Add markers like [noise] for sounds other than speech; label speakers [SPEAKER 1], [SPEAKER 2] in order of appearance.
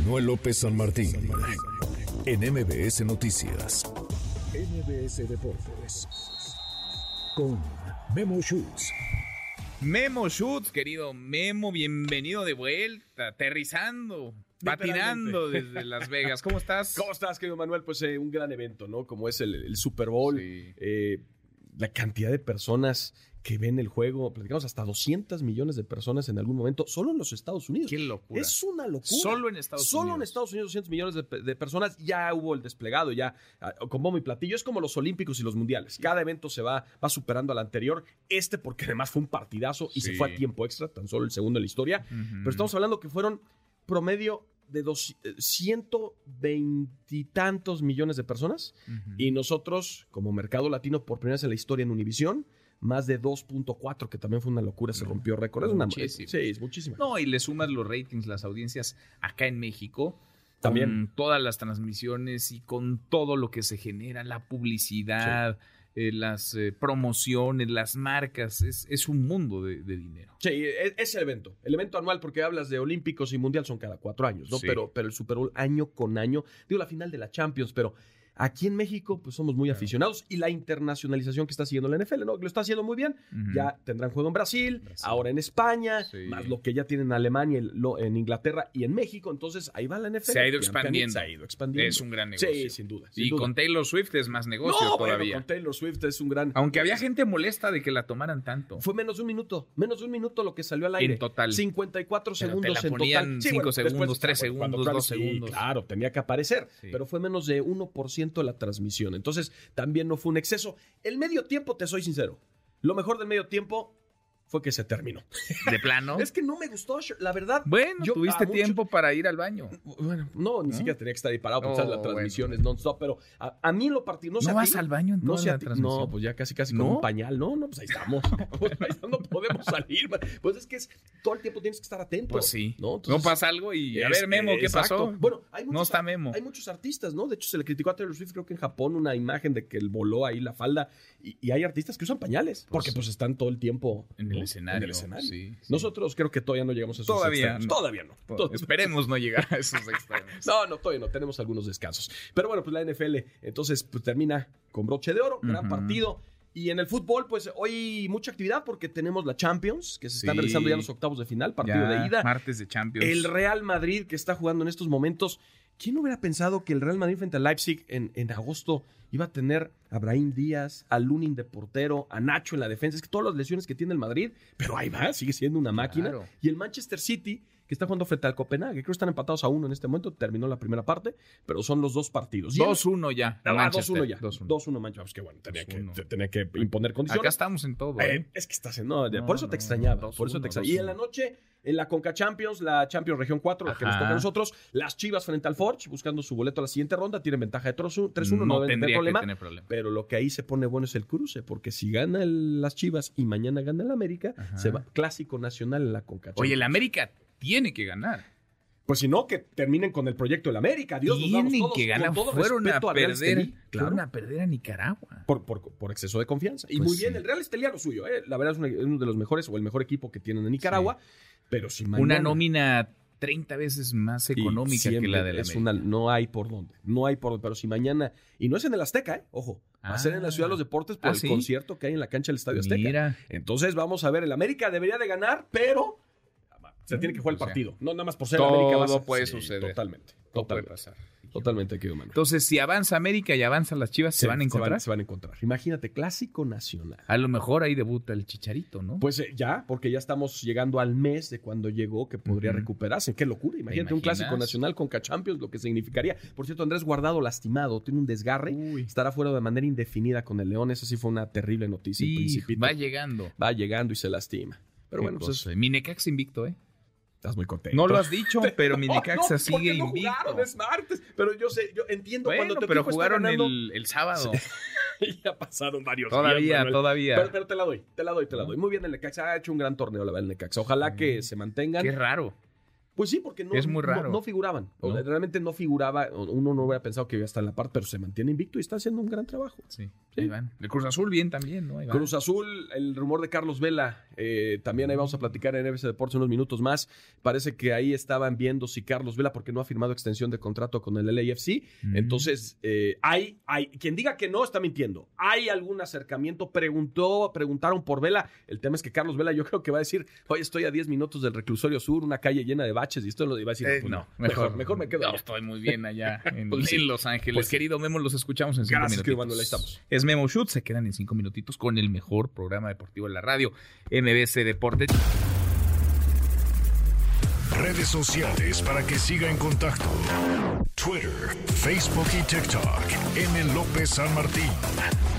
[SPEAKER 1] Manuel López San Martín en MBS Noticias.
[SPEAKER 2] NBS Deportes. Con Memo Schutz.
[SPEAKER 3] Memo Schutz, querido Memo, bienvenido de vuelta, aterrizando, patinando desde Las Vegas. [laughs] ¿Cómo estás?
[SPEAKER 4] ¿Cómo estás, querido Manuel? Pues eh, un gran evento, ¿no? Como es el, el Super Bowl.
[SPEAKER 3] Sí.
[SPEAKER 4] eh, la cantidad de personas que ven el juego. Platicamos hasta 200 millones de personas en algún momento, solo en los Estados Unidos.
[SPEAKER 3] Qué locura.
[SPEAKER 4] Es una locura.
[SPEAKER 3] Solo en Estados
[SPEAKER 4] Solo en
[SPEAKER 3] Unidos.
[SPEAKER 4] Estados Unidos, 200 millones de, pe- de personas. Ya hubo el desplegado, ya ah, con bombo y platillo. Es como los Olímpicos y los Mundiales. Cada evento se va, va superando al anterior. Este, porque además fue un partidazo y se
[SPEAKER 3] Sí.
[SPEAKER 4] fue a tiempo extra, tan solo el segundo en la historia.
[SPEAKER 3] Ujú.
[SPEAKER 4] Pero estamos hablando que fueron promedio de dos- eh, 120 y tantos millones de personas.
[SPEAKER 3] Ujú.
[SPEAKER 4] Y nosotros, como mercado latino, por primera vez en la historia en Univisión, más de 2.4, que también fue una locura, se rompió récord. Es una
[SPEAKER 3] Muchísimo.
[SPEAKER 4] Sí, es muchísima.
[SPEAKER 3] No, y le sumas los ratings, las audiencias acá en México.
[SPEAKER 4] También.
[SPEAKER 3] Con todas las transmisiones y con todo lo que se genera, la publicidad, eh, las eh, promociones, las marcas. Es, es un mundo de, de dinero.
[SPEAKER 4] Sí, e- es el evento, el evento anual, porque hablas de Olímpicos y Mundial son cada cuatro años, ¿no?
[SPEAKER 3] Sí.
[SPEAKER 4] Pero, pero el Super Bowl año con año, digo la final de la Champions, pero aquí en México pues somos muy
[SPEAKER 3] Claro.
[SPEAKER 4] aficionados y la internacionalización que está siguiendo la NFL, ¿no? Lo está haciendo muy bien,
[SPEAKER 3] Ujú.
[SPEAKER 4] Ya tendrán juego en Brasil,
[SPEAKER 3] Brasil.
[SPEAKER 4] ahora en España,
[SPEAKER 3] Sí.
[SPEAKER 4] más lo que ya tienen en Alemania, el- lo- en Inglaterra y en México. Entonces ahí va la NFL.
[SPEAKER 3] Se ha ido
[SPEAKER 4] Y también
[SPEAKER 3] expandiendo.
[SPEAKER 4] Se ha ido expandiendo.
[SPEAKER 3] Es un gran negocio.
[SPEAKER 4] Sí, sin duda. sin
[SPEAKER 3] y
[SPEAKER 4] duda.
[SPEAKER 3] con Taylor Swift es más
[SPEAKER 4] No,
[SPEAKER 3] negocio
[SPEAKER 4] bueno,
[SPEAKER 3] todavía. Ah,
[SPEAKER 4] con Taylor Swift es un gran.
[SPEAKER 3] Aunque había gente molesta de que la tomaran tanto.
[SPEAKER 4] Fue menos de un minuto, menos de un minuto lo que salió al aire.
[SPEAKER 3] En total.
[SPEAKER 4] 54
[SPEAKER 3] Pero te
[SPEAKER 4] segundos
[SPEAKER 3] la ponían
[SPEAKER 4] en total.
[SPEAKER 3] cinco
[SPEAKER 4] después-
[SPEAKER 3] segundos, tres
[SPEAKER 4] cuando
[SPEAKER 3] segundos,
[SPEAKER 4] Travis-
[SPEAKER 3] dos
[SPEAKER 4] sí,
[SPEAKER 3] segundos.
[SPEAKER 4] Claro, tenía que aparecer,
[SPEAKER 3] Sí.
[SPEAKER 4] pero fue menos de 1% la transmisión. Entonces, también no fue un exceso. El medio tiempo, te soy sincero, lo mejor del medio tiempo fue que se terminó.
[SPEAKER 3] De plano.
[SPEAKER 4] [laughs] Es que no me gustó, Sh- la verdad.
[SPEAKER 3] Bueno,
[SPEAKER 4] Yo-
[SPEAKER 3] tuviste
[SPEAKER 4] a mucho-
[SPEAKER 3] tiempo para ir al baño.
[SPEAKER 4] Bueno, no, ni
[SPEAKER 3] ¿No?
[SPEAKER 4] siquiera tenía que estar ahí parado, porque
[SPEAKER 3] Oh,
[SPEAKER 4] sabes, la
[SPEAKER 3] bueno.
[SPEAKER 4] transmisión es non-stop, pero a, a mí en lo partido, no,
[SPEAKER 3] No,
[SPEAKER 4] sé a
[SPEAKER 3] vas
[SPEAKER 4] ti,
[SPEAKER 3] al baño en
[SPEAKER 4] no
[SPEAKER 3] toda
[SPEAKER 4] sé a
[SPEAKER 3] la
[SPEAKER 4] ti-
[SPEAKER 3] transmisión.
[SPEAKER 4] no, pues ya casi casi con
[SPEAKER 3] ¿No?
[SPEAKER 4] un pañal, no, no, pues ahí
[SPEAKER 3] [laughs]
[SPEAKER 4] estamos, [laughs] Pues ahí estamos, no podemos salir, man. pues es que es, todo el tiempo tienes que estar atento.
[SPEAKER 3] Pues sí.
[SPEAKER 4] ¿no?
[SPEAKER 3] No,
[SPEAKER 4] Entonces-
[SPEAKER 3] pasa algo y. A
[SPEAKER 4] Es-
[SPEAKER 3] ver, Memo, ¿qué
[SPEAKER 4] exacto.
[SPEAKER 3] pasó?
[SPEAKER 4] Bueno, hay muchos,
[SPEAKER 3] no está Memo.
[SPEAKER 4] hay muchos artistas, ¿no? De hecho, se le criticó a Taylor Swift, creo que en Japón, una imagen de que él voló ahí la falda, y, y hay artistas que usan pañales, porque pues están todo el tiempo
[SPEAKER 3] En
[SPEAKER 4] ¿no?
[SPEAKER 3] el escenario.
[SPEAKER 4] En el escenario.
[SPEAKER 3] sí, sí.
[SPEAKER 4] Nosotros creo que todavía no llegamos a esos
[SPEAKER 3] Todavía
[SPEAKER 4] extremos.
[SPEAKER 3] no. Pues,
[SPEAKER 4] Todavía no.
[SPEAKER 3] Po-
[SPEAKER 4] Todavía-
[SPEAKER 3] Esperemos no llegar a esos extremos.
[SPEAKER 4] No, no, todavía no. Tenemos algunos descansos. Pero bueno, pues la NFL entonces pues, termina con broche de oro. Gran
[SPEAKER 3] Ujú.
[SPEAKER 4] partido. Y en el fútbol, pues hoy mucha actividad porque tenemos la Champions, que se están
[SPEAKER 3] Sí.
[SPEAKER 4] realizando ya los octavos de final, [laughs] partido
[SPEAKER 3] Ya,
[SPEAKER 4] de ida.
[SPEAKER 3] Martes de Champions.
[SPEAKER 4] El Real Madrid que está jugando en estos momentos. ¿Quién hubiera pensado que el Real Madrid frente al Leipzig en, en agosto iba a tener a Brahim Díaz, a Lunin de portero, a Nacho en la defensa? Es que todas las lesiones que tiene el Madrid, pero ahí va, sigue siendo una máquina.
[SPEAKER 3] Claro.
[SPEAKER 4] Y el Manchester City, que está jugando frente al Copenhague, creo que están empatados a uno en este momento, terminó la primera parte, pero son los dos partidos. Y el-
[SPEAKER 3] 2-1 ya.
[SPEAKER 4] Ah,
[SPEAKER 3] Manchester,
[SPEAKER 4] 2-1 ya.
[SPEAKER 3] 2-1.
[SPEAKER 4] 2-1 Manchester. Pues que bueno, tenía que,
[SPEAKER 3] 2-1.
[SPEAKER 4] te- tenía que imponer condiciones.
[SPEAKER 3] Acá estamos en todo.
[SPEAKER 4] Eh,
[SPEAKER 3] ¿eh?
[SPEAKER 4] es que estás en. No,
[SPEAKER 3] No,
[SPEAKER 4] por eso
[SPEAKER 3] no,
[SPEAKER 4] te extrañaba.
[SPEAKER 3] dos,
[SPEAKER 4] por eso
[SPEAKER 3] uno,
[SPEAKER 4] te extrañaba.
[SPEAKER 3] dos,
[SPEAKER 4] Y en la
[SPEAKER 3] uno.
[SPEAKER 4] noche, en la Conca Champions, la Champions Región 4, la que nos toca a
[SPEAKER 3] Ajá.
[SPEAKER 4] nosotros, las Chivas frente al Forge, buscando su boleto a la siguiente ronda, tienen ventaja de 3-1, no,
[SPEAKER 3] no
[SPEAKER 4] deben tener
[SPEAKER 3] tendría
[SPEAKER 4] problema.
[SPEAKER 3] que tener problema.
[SPEAKER 4] Pero lo que ahí se pone bueno es el cruce, porque si gana el- las Chivas y mañana gana el América,
[SPEAKER 3] Ajá.
[SPEAKER 4] se va clásico nacional en la Conca
[SPEAKER 3] Oye, el
[SPEAKER 4] Champions.
[SPEAKER 3] América tiene que ganar.
[SPEAKER 4] Pues si no, que terminen con el proyecto del América. Dios nos vamos
[SPEAKER 3] tienen
[SPEAKER 4] todos,
[SPEAKER 3] que
[SPEAKER 4] con
[SPEAKER 3] ganar.
[SPEAKER 4] todo
[SPEAKER 3] Fueron a
[SPEAKER 4] respeto al Real
[SPEAKER 3] perder.
[SPEAKER 4] Estelí, claro.
[SPEAKER 3] Fueron a perder a Nicaragua.
[SPEAKER 4] Por, por- por exceso de confianza. Y
[SPEAKER 3] Pues
[SPEAKER 4] muy bien,
[SPEAKER 3] sí.
[SPEAKER 4] el Real Estelí a lo suyo. ¿eh? La verdad es un- es uno de los mejores o el mejor equipo que tienen en Nicaragua. Pero si mañana...
[SPEAKER 3] Una nómina 30 veces más
[SPEAKER 4] y
[SPEAKER 3] económica que
[SPEAKER 4] siempre
[SPEAKER 3] la de la
[SPEAKER 4] es
[SPEAKER 3] América.
[SPEAKER 4] una- No hay por dónde. No hay por dónde. Pero si mañana... Y no es en el Azteca, ¿eh? Ojo. Va a ser en la
[SPEAKER 3] Ah.
[SPEAKER 4] Ciudad de los Deportes por
[SPEAKER 3] Ah,
[SPEAKER 4] el
[SPEAKER 3] ¿sí?
[SPEAKER 4] concierto que hay en la cancha del Estadio Azteca.
[SPEAKER 3] Mira.
[SPEAKER 4] Entonces vamos a ver. El América debería de ganar, pero... Se tiene que jugar el
[SPEAKER 3] O sea,
[SPEAKER 4] partido. No nada más por ser
[SPEAKER 3] todo
[SPEAKER 4] América. vas a-
[SPEAKER 3] puede
[SPEAKER 4] Sí,
[SPEAKER 3] suceder.
[SPEAKER 4] Totalmente.
[SPEAKER 3] Todo puede
[SPEAKER 4] Totalmente.
[SPEAKER 3] pasar.
[SPEAKER 4] Totalmente, querido Manuel.
[SPEAKER 3] Entonces, si avanza América y avanzan las Chivas, ¿se van a encontrar?
[SPEAKER 4] Se van a encontrar. Imagínate, clásico nacional.
[SPEAKER 3] A lo mejor ahí debuta el Chicharito, ¿no?
[SPEAKER 4] Pues eh, ya, porque ya estamos llegando al mes de cuando llegó que podría
[SPEAKER 3] Ujú.
[SPEAKER 4] recuperarse. Qué locura, imagínate un
[SPEAKER 3] imaginas?
[SPEAKER 4] clásico nacional con Cachampions, lo que significaría. Por cierto, Andrés Guardado lastimado, tiene un desgarre,
[SPEAKER 3] Uy.
[SPEAKER 4] estará fuera de manera indefinida con el León. Esa sí fue una terrible noticia. el
[SPEAKER 3] Sí,
[SPEAKER 4] Principito
[SPEAKER 3] va llegando.
[SPEAKER 4] va llegando y se lastima. Pero
[SPEAKER 3] Qué
[SPEAKER 4] bueno, pues eh,
[SPEAKER 3] cosa. Mi Necax invicto, ¿eh?
[SPEAKER 4] estás muy contento.
[SPEAKER 3] No lo has dicho, pero mi
[SPEAKER 4] Oh, [laughs] No,
[SPEAKER 3] Necaxa
[SPEAKER 4] no, porque
[SPEAKER 3] sigue
[SPEAKER 4] no
[SPEAKER 3] invicto.
[SPEAKER 4] jugaron, es martes. Pero yo sé, yo entiendo
[SPEAKER 3] bueno,
[SPEAKER 4] cuando te
[SPEAKER 3] pero jugaron el, el sábado.
[SPEAKER 4] ya pasaron varios días,
[SPEAKER 3] Todavía,
[SPEAKER 4] Manuel.
[SPEAKER 3] todavía.
[SPEAKER 4] Pero, pero te la doy, te la doy, te la doy. Muy bien el Necaxa, ha hecho un gran torneo la verdad el Necaxa. Ojalá que se mantengan.
[SPEAKER 3] Qué raro.
[SPEAKER 4] Pues sí, porque no,
[SPEAKER 3] Es muy raro.
[SPEAKER 4] no, no figuraban. O
[SPEAKER 3] ¿No?
[SPEAKER 4] sea, Realmente no figuraba. Uno no hubiera pensado que iba a estar a la par, pero se mantiene invicto y está haciendo un gran trabajo.
[SPEAKER 3] Sí, ahí van. El Cruz Azul bien también, ¿no? Ahí van.
[SPEAKER 4] Cruz Azul, el rumor de Carlos Vela, eh, también ahí vamos a platicar en NBC Deportes unos minutos más. Parece que ahí estaban viendo si Carlos Vela, porque no ha firmado extensión de contrato con el LAFC.
[SPEAKER 3] Mm.
[SPEAKER 4] Entonces, eh, hay, hay, quien diga que no está mintiendo. Hay algún acercamiento, preguntó, preguntaron por Vela. El tema es que Carlos Vela, yo creo que va a decir, hoy estoy a 10 minutos del reclusorio sur, una calle llena de baches, y esto lo iba a decir.
[SPEAKER 3] Eh,
[SPEAKER 4] pues,
[SPEAKER 3] no,
[SPEAKER 4] mejor, mejor me quedo.
[SPEAKER 3] Yo
[SPEAKER 4] allá.
[SPEAKER 3] estoy muy bien [laughs] allá en,
[SPEAKER 4] Pues sí.
[SPEAKER 3] en Los Ángeles.
[SPEAKER 4] Pues sí.
[SPEAKER 3] Querido Memo, los escuchamos en cinco
[SPEAKER 4] Gracias,
[SPEAKER 3] minutitos.
[SPEAKER 4] querido Manuel, ahí estamos.
[SPEAKER 3] Es Memo Shoot, se quedan en cinco minutitos con el mejor programa deportivo de la radio, MBC Deportes.
[SPEAKER 1] Redes sociales para que siga en contacto: Twitter, Facebook y TikTok. M. López San Martín.